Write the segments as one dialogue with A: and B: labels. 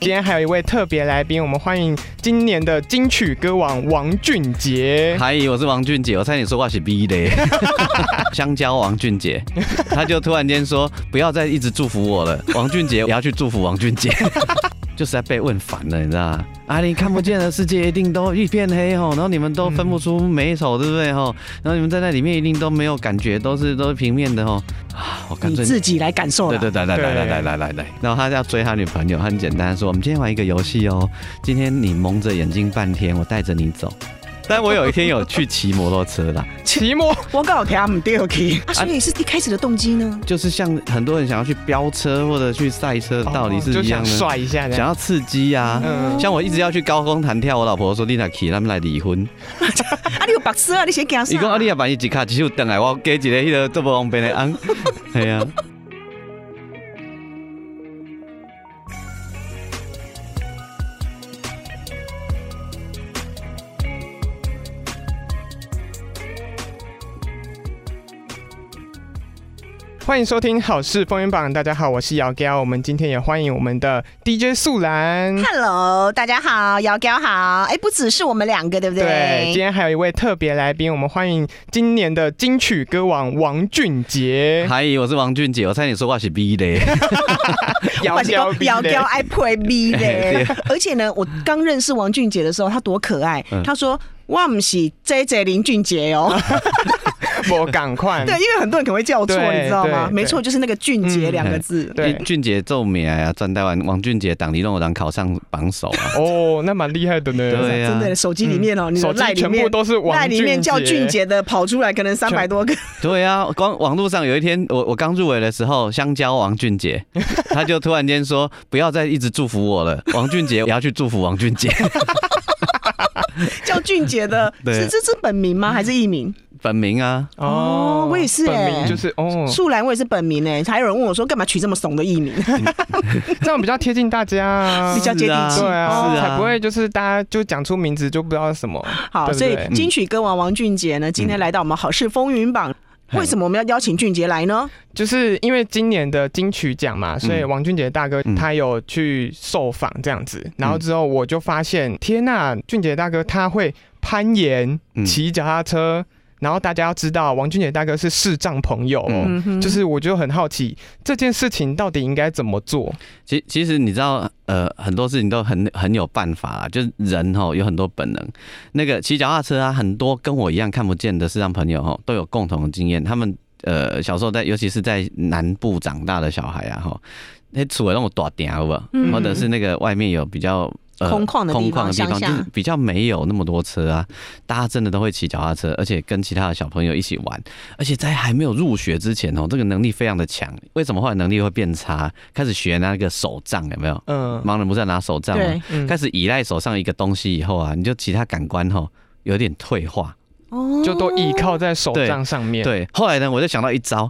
A: 今天还有一位特别来宾，我们欢迎今年的金曲歌王王俊杰。
B: 嗨，我是王俊杰，我猜你说话是 B 的耶，香蕉王俊杰，他就突然间说不要再一直祝福我了，王俊杰也要去祝福王俊杰，就实在被问烦了，你知道吗？啊，你看不见的世界一定都一片黑吼，然后你们都分不出美丑，对不对吼？然后你们在那里面一定都没有感觉，都是都是平面的吼。啊，我干
C: 你
B: 脆
C: 自己来感受
B: 对
C: 啦。
B: 对对来来来来来来来，然后他要追他女朋友，他很简单说：“我们今天玩一个游戏哦，今天你蒙着眼睛半天，我带着你走。”但我有一天有去骑摩托车啦，
A: 奇摩，
C: 我搞听唔对去啊，所以是一开始的动机呢？
B: 就是像很多人想要去飙车或者去赛车，道理是
A: 哦就
B: 一样
A: 想
B: 的，
A: 帅一下这
B: 哦想
A: 样。
B: 要刺激啊。
A: 嗯，
B: 像我一直要去高空弹跳，我老婆说丽娜 k 他们来离 婚。
C: 啊，你有白痴啊，你先讲啥？
B: 伊讲啊，你也万一一卡只手等来，我加一个迄个做无方便的翁，系啊。
A: 欢迎收听《好事风云榜》，大家好，我是姚彪。我们今天也欢迎我们的 DJ 素兰。
C: Hello，大家好，姚彪好。哎，不只是我们两个，对不
A: 对，今
C: 对？
A: 天还有一位特别来宾，我们欢迎今年的金曲歌王王俊杰。
B: 嗨，我是王俊杰，我猜你说话是 B 的耶。
C: 我是 说姚彪爱配咪
B: 嘿
C: 嘞。而且呢，我刚认识王俊杰的时候，他多可爱。
B: 嗯
C: 他说我不是 J J 林俊杰哦，
A: 我赶快。
C: 对，因为很多人可能会叫错，
A: 对
C: 你知道吗？
A: 对
C: 没错，就是那个俊杰
A: 嗯
C: 两个字。
A: 对
B: 俊杰奏名啊，转台湾王俊杰党里让我党考上榜首啊。
A: 哦，那蛮厉害的呢。
B: 对啊
C: 真的，手机里面哦，你
A: 嗯手
C: 的
A: 机
C: 赖里
A: 全部
C: 面。
A: 都是王
C: 赖里面叫俊杰的跑出来，可能三百多个。
B: 对啊，光网络上有一天，我我刚入围的时候，香蕉王俊杰， 他就突然间说不要再一直祝福我了，王俊杰也要去祝福王俊杰，
C: 叫俊杰 的，
B: 对
C: 是这是本名
A: 嗯
C: 吗？还是艺名？
B: 本名啊，
C: 哦我也是
A: 本名
C: 哎
A: 就是哦，
C: 素兰我也是本名哎，还有人问我说干嘛取这么怂的 艺名？
A: 这样比较贴近大家啊，
C: 比较接地气哦
A: 对啊，
B: 是啊
A: 才不会就是大家就讲出名字就不知道是什么。
C: 好，
A: 对不嗯
C: 所以
A: 对
C: 金曲歌王王俊杰呢，今天来到我们好事风云榜。
A: 嗯
C: 为什么我们要邀请俊杰来呢？
A: 哦就是因为今年的金曲奖嘛，所以王俊杰大哥
B: 嗯
A: 他有去受访这样子，然后之后我就发现，天呐、俊杰大哥他会攀岩、
B: 嗯
A: 骑脚踏车，然后大家要知道，王俊杰大哥是视障朋友哦。
B: 嗯
C: 哼
A: 就是我就很好奇这件事情到底应该怎么做，
B: 其其实你知道，呃，很多事情都很很有办法啦，就是人吼有很多本能。那个骑脚踏车啊，很多跟我一样看不见的视障朋友吼都有共同的经验，他们呃小时候在，尤其是在南部长大的小孩啊吼，那除了那种大啊点好不好
C: 嗯
B: 或者是那个外面有比较。呃
C: 空旷的地方
B: 空旷的地
C: 乡
B: 方
C: 下
B: 就是比较没有那么多车啊，大家真的都会骑脚踏车，而且跟其他的小朋友一起玩，而且在还没有入学之前哦，这个能力非常的强。为什么后来能力会变差？开始学那个手杖，有没有？
A: 嗯，
B: 盲人不是要拿手杖吗？
C: 对，
A: 嗯
B: 开始依赖手上一个东西以后啊，你就其他感官吼有点退化。
C: 哦
A: 就都依靠在手
B: 对
A: 杖上面，
B: 对，后来呢，我就想到一招，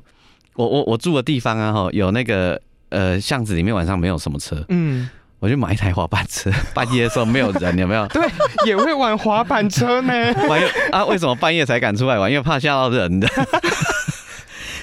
B: 我我我住的地方啊，吼有那个呃巷子里面晚上没有什么车，
A: 嗯，
B: 我就买一台滑板车，半夜的时候没有人，有没有？
A: 对，也会玩滑板车呢。
B: 半夜啊，为什么半夜才敢出来玩？因为怕吓到 人的。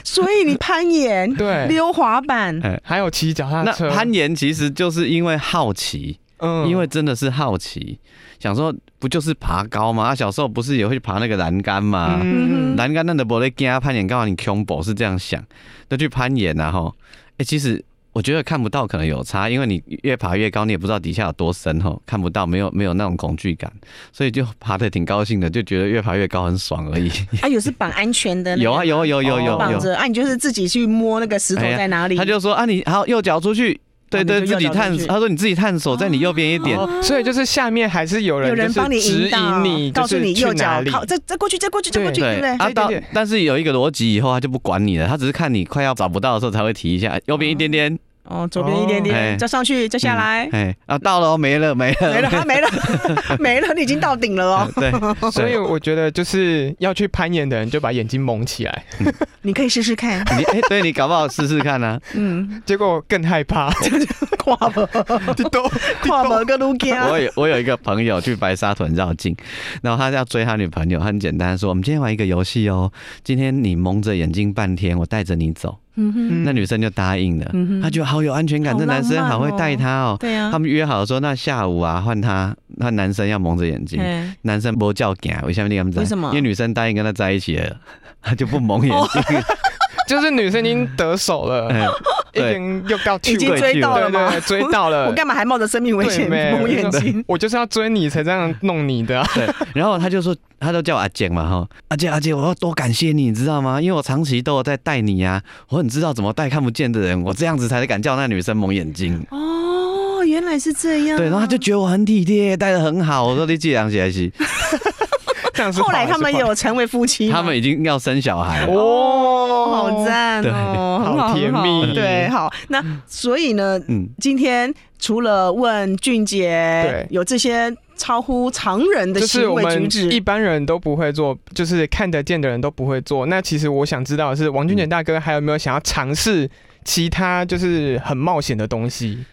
C: 所以你攀岩、
A: 对，
C: 溜滑板，
B: 哎
A: 还有骑脚踏
B: 那
A: 车，
B: 攀岩其实就是因为好奇，
A: 嗯
B: 因为真的是好奇，想说不就是爬高吗？啊小时候不是也会爬那个栏杆吗？
A: 嗯
B: 栏杆那的不会惊攀岩，刚好你 combo 是这样想，就去攀岩然后，哎、其实我觉得看不到可能有差，因为你越爬越高，你也不知道底下有多深吼，看不到，没有没有那种恐惧感，所以就爬的挺高兴的，就觉得越爬越高很爽而已。
C: 啊，有是绑安全的，
B: 有啊，有有有有
C: 绑
B: 有，
C: 着啊，你就是自己去摸那个石头
B: 哎呀
C: 在哪里。
B: 他就说啊你好右脚出去，对
C: 哦
B: 对，
C: 你就
B: 自
C: 右
B: 己
C: 脚出
B: 探
C: 去，
B: 他说你自己探索在你右边一点，
A: 哦所以就是下面还是有人
C: 有人
A: 就是
C: 帮你
A: 指
C: 引导，
A: 引你，
C: 告
A: 就
C: 诉
A: 是
C: 你
A: 去
C: 右
A: 哪
C: 脚
A: 里。
C: 靠，再再过去，再过去，再过去，
B: 对
C: 对不对？
B: 啊，
A: 对对
B: 到
A: 对
B: 但是有一个逻辑，以后他就不管你了，他只是看你快要找不到的时候才会提一下，右边一点点，
C: 哦，左边一点
B: 哎
C: 点，再上去，再下来，
B: 哎，啊，到了哦，没了，没了， 啊
C: 没 了，啊没了，没了，你已经到顶了哦。
B: 对，
A: 所以我觉得就是要去攀岩的人就把眼睛蒙起来，
C: 你可以试试看，
B: 你哎，对你搞不好试试看啊 呢，
C: 嗯，
A: 结果更害怕。
C: 跨门，
A: 都
C: 跨门跟路肩，啊
B: 我有我有一个朋友去白沙屯绕境，然后他要追他女朋友，他很简单说，我们今天玩一个游戏哦，今天你蒙着眼睛半天，我带着你走。
C: 嗯哼，
A: 嗯
B: 那女生就答应了，
C: 嗯哼
B: 她觉得好有安全感，
C: 好
B: 这男生好会带她哦。
C: 对啊呀
B: 他，们约好说，那下午啊，换她，那男生要蒙着眼睛，
C: 哎
B: 男生不叫敢，为什么你们
C: 为什么哦
B: 因为女生答应跟他在一起了，他就不蒙眼睛。
A: 就是女生已经得手了，
B: 哎
A: 已
B: 对
A: 经又到
C: 已经
A: 去了
C: 追到了吗
A: 对对对？追到了
C: 我干嘛还冒着生命危险
A: 呃对妹
C: 蒙眼睛？
A: 我就是要追你才这样弄你的啊、
B: 对，然后他就说，他都叫我阿健嘛哈，阿健阿健，我要多感谢你，你知道吗？因为我长期都有在带你啊，我很知道怎么带看不见的人，我这样子才敢叫那女生蒙眼睛。
C: 哦，原来是这样。
B: 对，然后他就觉得我很体贴，带的很好。我说你这样起来是，
A: 这样是
C: 后来
A: 好还
C: 他
A: 是哦
C: 们
A: 不好
C: 有成为夫妻吗，啊
B: 他们已经要生小孩了。
A: 哦，
C: 好赞哦，
A: 对
C: 很
A: 好甜
C: 很
A: 蜜
C: 对，好，那所以呢，
B: 嗯，
C: 今天除了问俊杰
A: 对
C: 有这些超乎常人的
A: 就是
C: 行
A: 我
C: 为举
A: 们一
C: 止，
A: 般人都不会做，就是看得见的人都不会做。那其实我想知道的是，王俊杰大哥还有没有想要尝试其他就是很冒险的东西？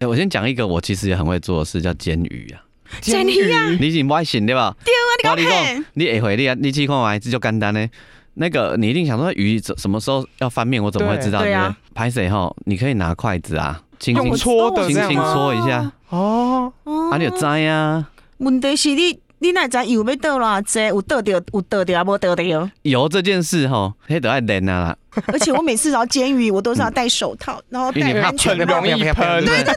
B: 哎我先讲一个我其实也很会做的事，叫煎鱼啊。
C: 在你
A: 煎鱼
C: 呀
B: 你已经外省对吧？
C: 对啊，你
B: 我
C: 搞
B: 跟
C: 骗，
B: 你下回你啊，你去看完这就简单呢。那个你一定想说鱼怎什么时候要翻面，我怎么会
A: 对
B: 知道？
C: 对
B: 对不
C: 啊
B: 对？拍谁哈？你可以拿筷子啊，轻
A: 用
B: 轻
A: 搓的
B: 轻
A: 这样
B: 轻
A: 吗
B: 搓一下，
A: 哦，
C: 哦
B: 啊你就知啊。
C: 问题是你你哪知有要倒啦？这有倒掉，有倒掉，无倒掉。
B: 油这件事哈，黑得爱练啊啦，
C: 而且我每次到监狱，我都是要戴手套，然后
B: 因
C: 戴
B: 为你怕
C: 安全
B: 喷，
A: 很
C: 帽
A: 容，易喷
B: 对对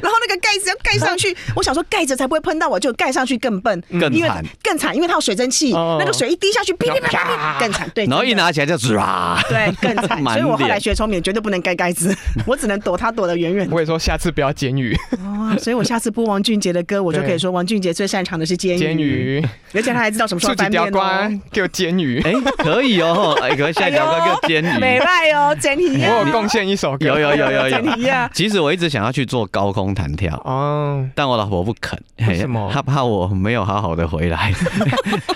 C: 然后那个盖子要盖上去。我想说盖着才不会喷到我，就盖上去更笨，
B: 对，更
C: 因为
B: 惨。
C: 更惨，因为它有水蒸气，
A: 哦
C: 那个水一滴下去，噼里啪啦啪啦，更惨。对，
B: 然后
C: 真
B: 一
C: 的
B: 拿起来就唰，
C: 对，更惨。
B: 满
C: 所以我后来
B: 脸
C: 学聪明，绝对不能盖盖子，我只能躲他躲得远远的。
A: 我也说下次不要煎鱼，
C: 哦，所以我下次播王俊杰的歌，我就可以说王俊杰最擅长的是监狱，
A: 煎鱼，
C: 而且他还知道什么时
A: 竖
C: 候
A: 起
C: 翻面
A: 条瓜
C: 哦。
A: 给我煎鱼。
B: 哎，可以哦，哎，可以下一条歌就煎
C: 美
B: 鱼。
C: 赖哦，整体
A: 我
C: 呀，
A: 有 贡献一首歌，
B: 有有有有有
C: 整体 呀，
B: 其实我一直想要去做高空弹跳，
A: 哦。
B: 但我老婆不肯，
A: 为什么
B: 嘿她怕我没有好好的回来。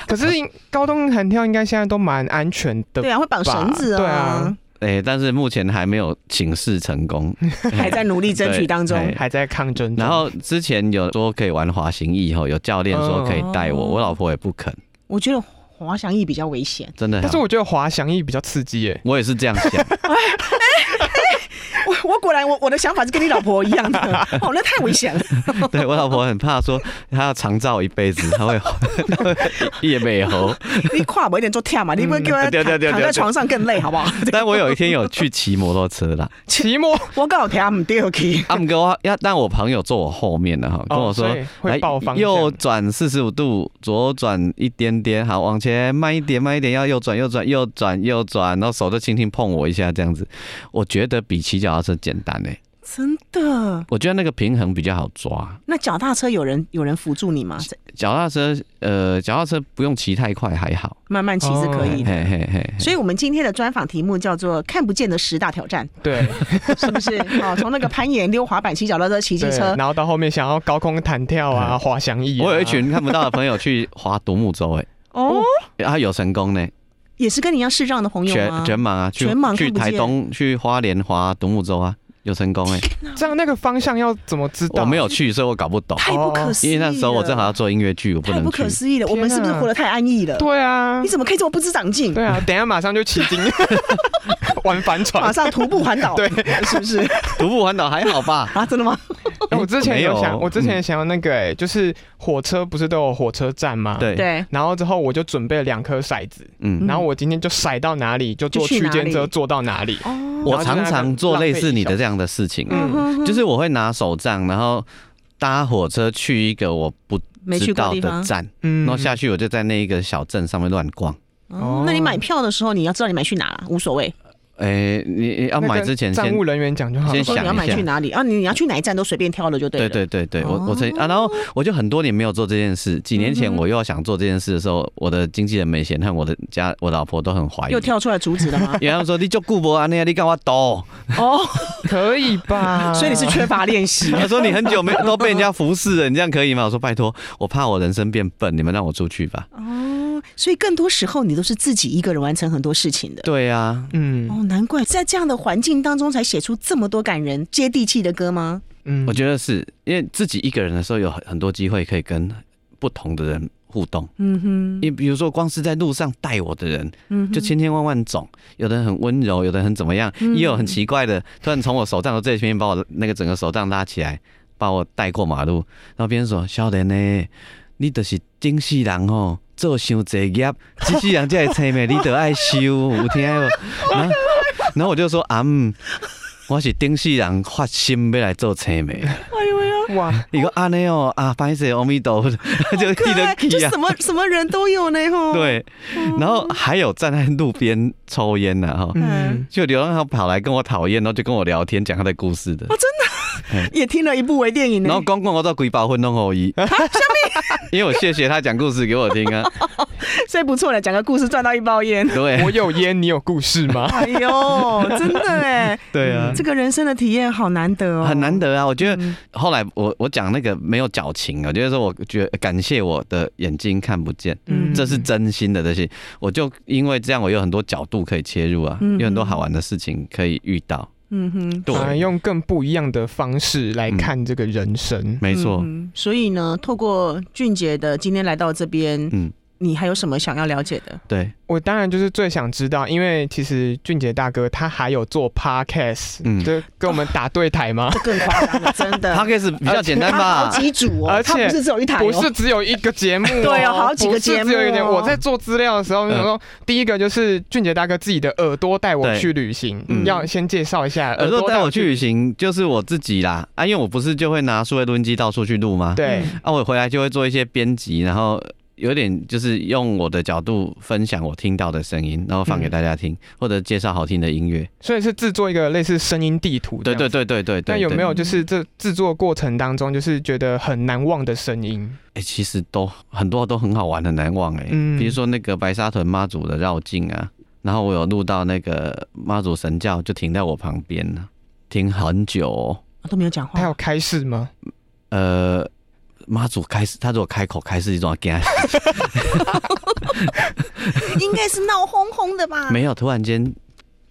A: 可是应高空弹跳应该现在都蛮安全的
C: 对啊，会绑绳子
A: 吧对啊，
B: 哎，但是目前还没有请示成功，
A: 嗯
C: 还在努力争取当中。
B: 对
A: 还在抗争中。
B: 然后之前有说可以玩滑行翼，以后有教练说可以带我，
A: 嗯
C: 哦
B: 我老婆也不肯，
C: 我觉得滑翔翼比较危险，
B: 真的很。
A: 但是我觉得滑翔翼比较刺激耶。
B: 我也是这样想，
C: 我我果然我我的想法是跟你老婆一样 的，哦，那太危险了。
B: 对我老婆很怕说她要长照一辈子，她会她会夜美猴。
C: 你跨我一点做跳嘛，你不会给我
B: 嗯对对对对对
C: 躺在床上更累，好 不好？
B: 但我有一天有去骑摩托车啦，
A: 骑摩
C: 我告诉跳唔对去，
B: 阿姆哥我要，但我朋友坐我后面的哈，跟我说
A: 哦所以会爆方向
B: 右转四十五度，左转一点点，好，往前慢一点，慢一点，要右转，右转，右转，右转，然后手就轻轻碰我一下，这样子，我觉得比骑脚踏车简单诶、
C: 真的。
B: 我觉得那个平衡比较好抓。
C: 那脚踏车有人有人辅助你吗？这
B: 脚踏车，呃，脚踏车不用骑太快，还好。
C: 慢慢骑是可以
A: 嗯
B: 嘿
C: 的。
B: 嘿嘿嘿，
C: 所以，我们今天的专访题目叫做“看不见的十大挑战
A: 对，”，
C: 是不是？哦，从那个攀岩、溜滑板、骑脚踏车、骑机
A: 对，
C: 车，
A: 然后到后面想要高空弹跳啊、滑翔翼啊。
B: 我有一群看不到的朋友去划独木舟、欸，
C: 哦，
B: 哎，他有成功呢、
C: 也是跟你一样视障的朋友
B: 全
C: 吗？
B: 全盲啊，去
C: 全盲
B: 去
C: 看不
B: 台
C: 见
B: 东去花莲划独木舟啊，有成功哎、
A: 这样那个方向要怎么知道？
B: 我没有去，所以我搞不懂。
C: 太不可
B: 哦
C: 思
B: 因
C: 议
B: 为
C: 了！
B: 那时候我正好要做音乐剧，我不
C: 太
B: 能
C: 不
B: 去
C: 可。思议了，
A: 天哪
C: 我们是不是活得太安逸了？
A: 对啊
C: 你，怎么可以这么不知长进？
A: 对 啊，等一下马上就骑鲸，玩帆
C: 马
A: 船。
C: 上徒步环岛，
A: 对，
C: 是不是？
B: 徒步环岛还好 吧？
C: 啊，真的吗？
A: 哎我之前有
B: 没
A: 想，
B: 有
A: 我之前想要那个，哎，就是火车不是都有火车站吗？。
B: 对，
C: 对，
A: 然后之后我就准备了两颗骰子，
B: 嗯，
A: 然后我今天就骰到哪里就坐
C: 就去
A: 区间
C: 哪
A: 车
C: 里
A: 坐到哪里。
C: 哦，
B: 我常常做类似你的这样的事情，
A: 嗯
B: 就是我会拿手杖，然后搭火车去一个我不
C: 没去
B: 知
C: 过的
B: 道
C: 地
B: 的
C: 方。
B: 站，
A: 嗯
B: 然后下去我就在那一个小镇上面乱逛。
C: 哦，那你买票的时候，你要知道你买去哪，无所谓。嗯
B: 哎，你你要
A: 那
B: 买
A: 跟
B: 之前
A: 站
B: 先
A: 务人员讲就好了。
B: 先
C: 说 你要
B: 想一
C: 买
B: 下
C: 去哪里啊？你你要去哪一站都随便挑了就对了。
B: 对对对对，我
C: 哦嗯
B: 我曾啊，然后我就很多年没有做这件事。几年前我又要想做这件事的时候，我的经纪人美贤和我的家我老婆都很怀疑
C: 又，跳出来阻止了
B: ？
C: 吗
B: 因为他们说你就顾博啊，那你干嘛抖？
C: 哦，
A: 可以
B: 啊
A: 吧？
C: 所以你是缺乏练习。
B: 他说你很久没有都被人家服侍了，你这样可以吗？我说拜托，我怕我人生变笨，你们让我出去吧。
C: 哦，所以更多时候你都是自己一个人完成很多事情的。
B: 对啊，
A: 嗯
C: 哦，难怪在这样的环境当中才写出这么多感人、接地气的歌吗？
A: 嗯
B: 我觉得是因为自己一个人的时候有很很多机会可以跟不同的人互动。
C: 嗯哼，
B: 你比如说，光是在路上带我的人，
C: 嗯哼
B: 就千千万万种，有的人很温柔，有的人很怎么样，
C: 嗯
B: 也有很奇怪的，突然从我手杖的最前面把我那个整个手杖拉起来，把我带过马路，然后别人说：“少年呢，你就是精世人哦吼，做伤济业，这世人才会青妹，你得爱修，有听无？”然后，然后我就说：“啊，嗯、我是顶世人发心要来做青妹。
C: 哎呦呀，
A: 哇，”
B: 你说安尼哦，啊，不好意思，阿弥陀佛， 就记
C: 可爱，
B: 得
C: 就
B: 去啊
C: 什。么什么人都有呢吼。，
B: 对，
C: 嗯
B: 然后还有站在路边抽烟呢，哈，
A: 嗯，
B: 就流浪汉跑来跟我讨厌，然后就跟我聊天，讲他的故事
C: 哦
B: 的。
C: 也听了一部微电影呢
B: 然。后公公我到鬼把婚弄后一，
C: 啊
B: 因为我谢谢他讲故事给我 听啊。。
C: 所以不错了，讲个故事赚到一包烟
B: 对
A: 我有烟，你有故事吗？
C: 哎呦，真的哎，
B: 对啊，
C: 这个人生的体验好难得哦，
B: 很难得啊。我觉得
C: 嗯。
B: 后来我我讲那个没有矫情啊，就是说我觉得感谢我的眼睛看不见，
C: 嗯
B: 这是真心的东西。我就因为这样，我有很多角度可以切入啊，
C: 嗯
B: 有很多好玩的事情可以遇到。
C: 嗯哼，
B: 对，嗯
A: 反而用更不一样的方式来看这个人生。
B: 没错，
C: 嗯所以呢，透过俊杰的今天来到这边，
B: 嗯，
C: 你还有什么想要了解的？
B: 对，
A: 我当然就是最想知道，因为其实俊杰大哥他还有做 podcast，、
B: 嗯
A: 就跟我们打对台 吗？
C: 这更夸张了，真
B: 他
C: 的。
B: 可以是比较简单吧？
C: 几组
A: 而且
C: 只有一台哦
A: 不是只有一个节目、哦，
C: 对哦好几个
A: 不是
C: 节目
A: 只
C: 哦
A: 有一点。我在做资料的时候，
B: 嗯
A: 想说、第一个就是俊杰大哥自己的耳朵带我
B: 对
A: 去旅行，
B: 嗯
A: 要先介绍一下
B: 耳朵带
A: 带
B: 我去。旅行就是我自己啦，啊，因为我不是就会拿数位录音机到处去录吗？，
A: 对，
C: 嗯
B: 啊，我回来就会做一些编辑，然后有点就是用我的角度分享我听到的声音，然后放
A: 嗯
B: 给大家听，或者介绍好听的音乐。
A: 所以是制作一个类似声音地图这
B: 对
A: 样子。
B: 对对对对对。
A: 那有没有
B: 对？
A: 就是这制作过程当中，就是觉得很难忘的声音？
B: 哎、其实都很多都很好玩，很难忘哎、
A: 嗯
B: 比如说那个白沙屯妈祖的绕境啊，然后我有录到那个妈祖神教就停在我旁边呢，停很久、哦。
C: 我啊都没有讲
A: 他
C: 话
A: 有，开示吗？
B: 呃，妈祖开始，他如果开口开始一种干。
C: 应该是闹哄哄的吧？
B: 没有，突然间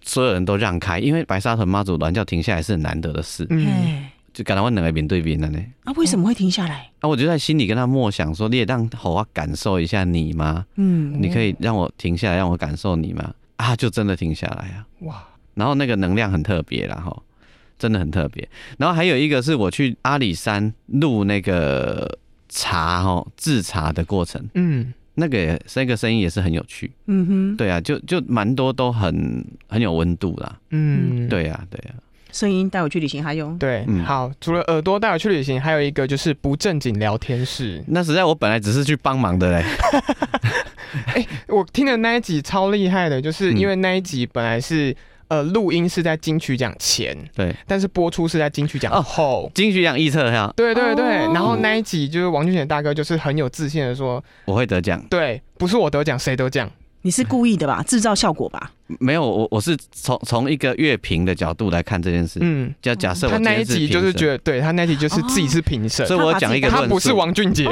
B: 所有人都让开，因为白沙屯妈祖銮轿停下来是很难得的事，
A: 嗯，
C: 哎，
B: 就感到我两个面对面了呢。
C: 啊，为什么会停下来？
B: 啊，我就在心里跟他默想说：“你也让好啊感受一下你吗？
C: 嗯，
B: 你可以让我停下来，让我感受你吗？”啊，就真的停下来啊。
A: 哇，
B: 然后那个能量很特别啦，哈，真的很特别。然后还有一个是我去阿里山录那个茶哦制茶的过程，
A: 嗯，
B: 那个也那个声音也是很有趣。
C: 嗯哼，
B: 对啊，就就蛮多都很很有温度啦。
A: 嗯，
B: 对啊，对啊。
C: 声音带我去旅行，还有
A: 对，
B: 嗯
A: 好，除了耳朵带我去旅行，还有一个就是不正经聊天室。
B: 那实在我本来只是去帮忙的嘞， 嗯
A: 我听的那一集超厉害的，就是因为那一集本来是。呃，录音是在金曲奖前，
B: 对，
A: 但是播出是在金曲奖
B: 哦
A: 后。
B: 金曲奖预测哈，
A: 对对对，
C: 哦
A: 然后那一集就是王俊杰大哥，就是很有自信的说，
B: 我会得奖。
A: 对，不是我得奖谁得奖，
C: 你是故意的吧？制造效果吧？
B: 没有，我我是从从一个乐评的角度来看这件事，
A: 嗯，
B: 就假设我
A: 他
B: 今
A: 那一
B: 天
A: 集就是觉
B: 得，
A: 得，对他那一集就是自己是评审，
B: 所以我要哦讲一个哦
A: 他
B: 论述，
A: 不是王俊杰，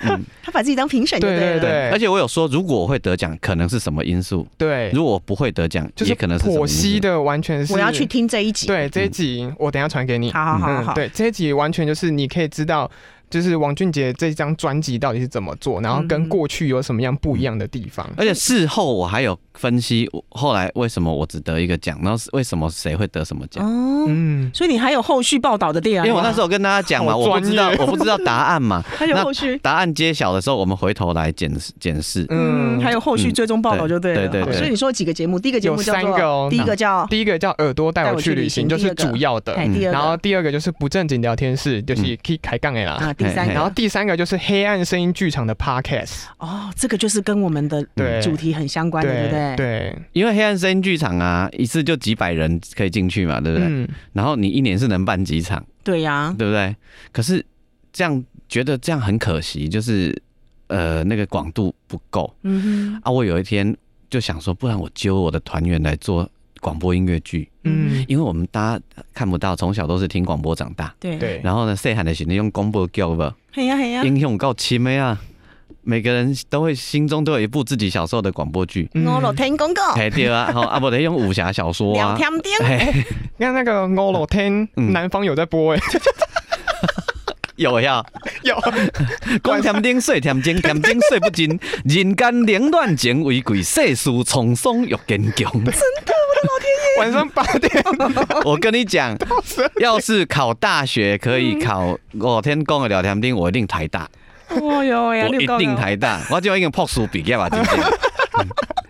B: 嗯，
C: 他把自己当评审就
A: 对
C: 了。
A: 对对
B: 而且我有说，如果我会得奖，可能是什么因素；
A: 对，
B: 如果我不会得奖，
A: 就是
B: 也可能是什么
A: 剖
B: 因素
A: 析。的完全是
C: 我要去听这一集。，
A: 对这一集，我等一下传给你。
C: 好好好
A: 嗯，
C: 好，
A: 对，这一集完全就是你可以知道，就是王俊杰这张专辑到底是怎么做，然后
C: 嗯
A: 跟过去有什么样不一样的地方。
B: 而且事后我还有分析，我后来为什么我只得一个奖，然后是为什么谁会得什么奖。
C: 哦，
A: 嗯，
C: 所以你还有后续报道的地
B: 因
C: 啊？
B: 为我那时候跟大家讲嘛，
A: 好
B: 我不
A: 专
B: 知道，
A: 业
B: 我不知道答案嘛。
C: 还有后续，
B: 答案揭晓的时候，我们回头来检视检视。
C: 嗯，还
A: 有
C: 有后续
B: 嗯
C: 追踪报道就对
B: 对
C: 了。
B: 对
C: 好
A: 对
C: 所以你说有几个节目？第一个节目
A: 有
C: 叫
A: 三
C: 做
A: 个哦
C: 第一个叫
A: 第一个叫耳朵带我去旅行，就
C: 带我去旅
A: 是
C: 行
A: 主要的。
C: 哎，
B: 嗯
C: 第二个
A: 然后第二个就是不正经聊天室，就是可以开杠的啦。
C: 啊，第三
B: 嘿嘿
C: 个，
A: 然后第三个就是黑暗声音剧场的 podcast，
C: 哦，这个就是跟我们的
A: 对，
C: 主题很相关的，对不
A: 对
C: 对？
A: 对，
B: 因为黑暗森林剧场啊，一次就几百人可以进去嘛，对不对？
A: 嗯，
B: 然后你一年是能办几场，
C: 对呀，
B: 对不对？可是这样觉得这样很可惜，就是呃那个广度不够
C: 嗯
B: 啊。我有一天就想说，不然我揪我的团员来做广播音乐剧，
A: 嗯
B: 因为我们大家看不到，从小都是听广播长大
C: 哼，。对，
A: 对，
B: 然后呢，细汉的时候用广播剧吧，
C: 嘿呀嘿呀，
B: 英雄够亲的啊，每个人都会心中都有一部自己小时候的广播剧。
A: 嗯
C: 我落天公告，
B: 哎对啊，好啊，不得用武侠小说
C: 哦聊
B: 啊，
C: 天钉，
B: 嘿
A: 那那个 o l o Ten
B: 嗯
A: 南方有在播哎，
B: 有呀，
A: 有
B: 讲天顶水，天精，天顶水不精，人间凌乱情为贵，世事沧桑欲坚强。
A: 晚上八 点，
B: 我跟你讲，要是考大学可以考五天公的聊天钉，我一定台大，
C: 哦哟呀，
B: 我
C: 你
B: 一
C: 有够
B: 定
C: 了
B: 台大，我就已经破书毕业吧，真的。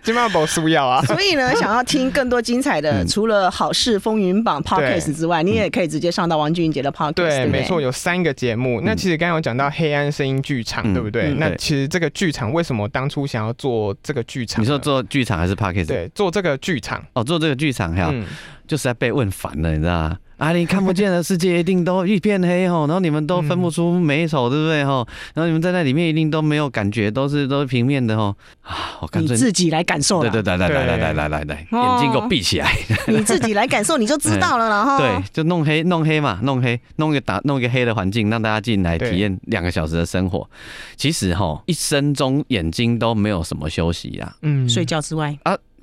A: 今晚不输药啊。
C: 所以呢，想要听更多精彩的，
B: 嗯
C: 除了《好事风云榜》
A: 对
C: podcast 之外，你也可以直接上到王俊杰的 podcast，对
A: 对，
C: 不对，
A: 没错，有三个节目。那其实刚刚有讲到黑暗声音剧场，
B: 嗯
A: 对不对？
C: 嗯
A: 那
B: 对
A: 其实这个剧场为什么当初想要做这个剧场
B: 你
A: 呢？
B: 说做剧场还是 p a r k e t
A: 对，做这个剧场，
B: 哦，做这个剧场哈，
A: 嗯，
B: 就实在被问烦了，你知道吗？啊，你看不见的世界一定都一片黑吼，然后你们都
C: 嗯
B: 分不出美丑，对不对吼？然后你们在那里面一定都没有感觉，都是都是平面的吼。啊，我干
C: 你
B: 脆
C: 自己来感受
B: 对
C: 了，
B: 对对来来来来来来来，眼睛给我闭起来。
C: 你自己来感受，你就知道了啦，然后
B: 对，就弄黑弄黑嘛，弄黑弄一个打弄一个黑的环境，让大家进来
A: 对
B: 体验两个小时的生活。其实哈，一生中眼睛都没有什么休息啊。
A: 嗯
C: 睡觉之外，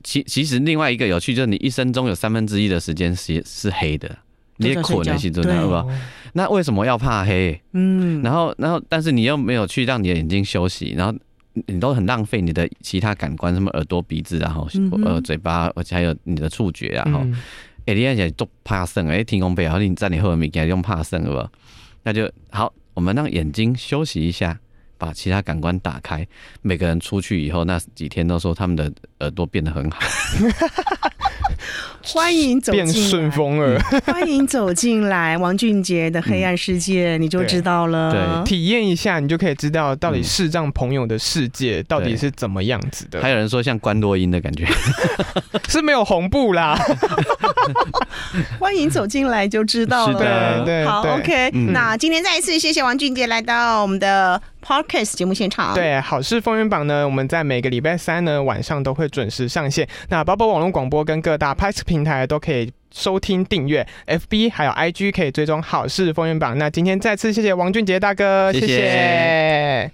B: 其其实另外一个有趣就是，你一生中有三分之一的时间是是黑的，
C: 都
B: 你
C: 在
B: 也困了，
C: 睡
B: 其
C: 觉
B: 实那
A: 哦
B: 吧？那为什么要怕黑？
C: 嗯，
B: 然后然后，但是你又没有去让你的眼睛休息，然后。你都很浪费你的其他感官，什么耳朵、鼻子啊，然后
C: 嗯哼
B: 呃嘴巴，而且还有你的触觉啊，哈、
A: 嗯
B: 哎、你看起来都怕生哎，天公伯，然后你在你后面给他用怕生，好不好？那就好，我们让眼睛休息一下，把其他感官打开。每个人出去以后，那几天都说他们的耳朵变得很好，
C: 欢迎走进
A: 变
C: 来
A: 顺，风耳，
C: 欢迎走进来，王俊杰的黑暗世界，你就知道了。
A: 体验一下，你就可以知道到底视障朋友的世界到底是怎么样子
B: 还
A: 的，
B: 有人说像关多音的感觉，
A: 是没有红布啦。
C: 欢迎走进来就知道了。
B: 是的
A: 对对
C: 好
A: 对
C: ，OK、
B: 嗯
C: 那今天再一次谢谢王俊杰来到我们的 podcast 节目现场。，
A: 对，好事风云榜呢，我们在每个礼拜三呢晚上都会准时上线。那包括网络广播跟各大 p a s 平台都可以收听订阅，FB 还有 IG 可以追踪好事风云榜。那今天再次谢谢王俊杰大哥，
B: 谢谢
A: 谢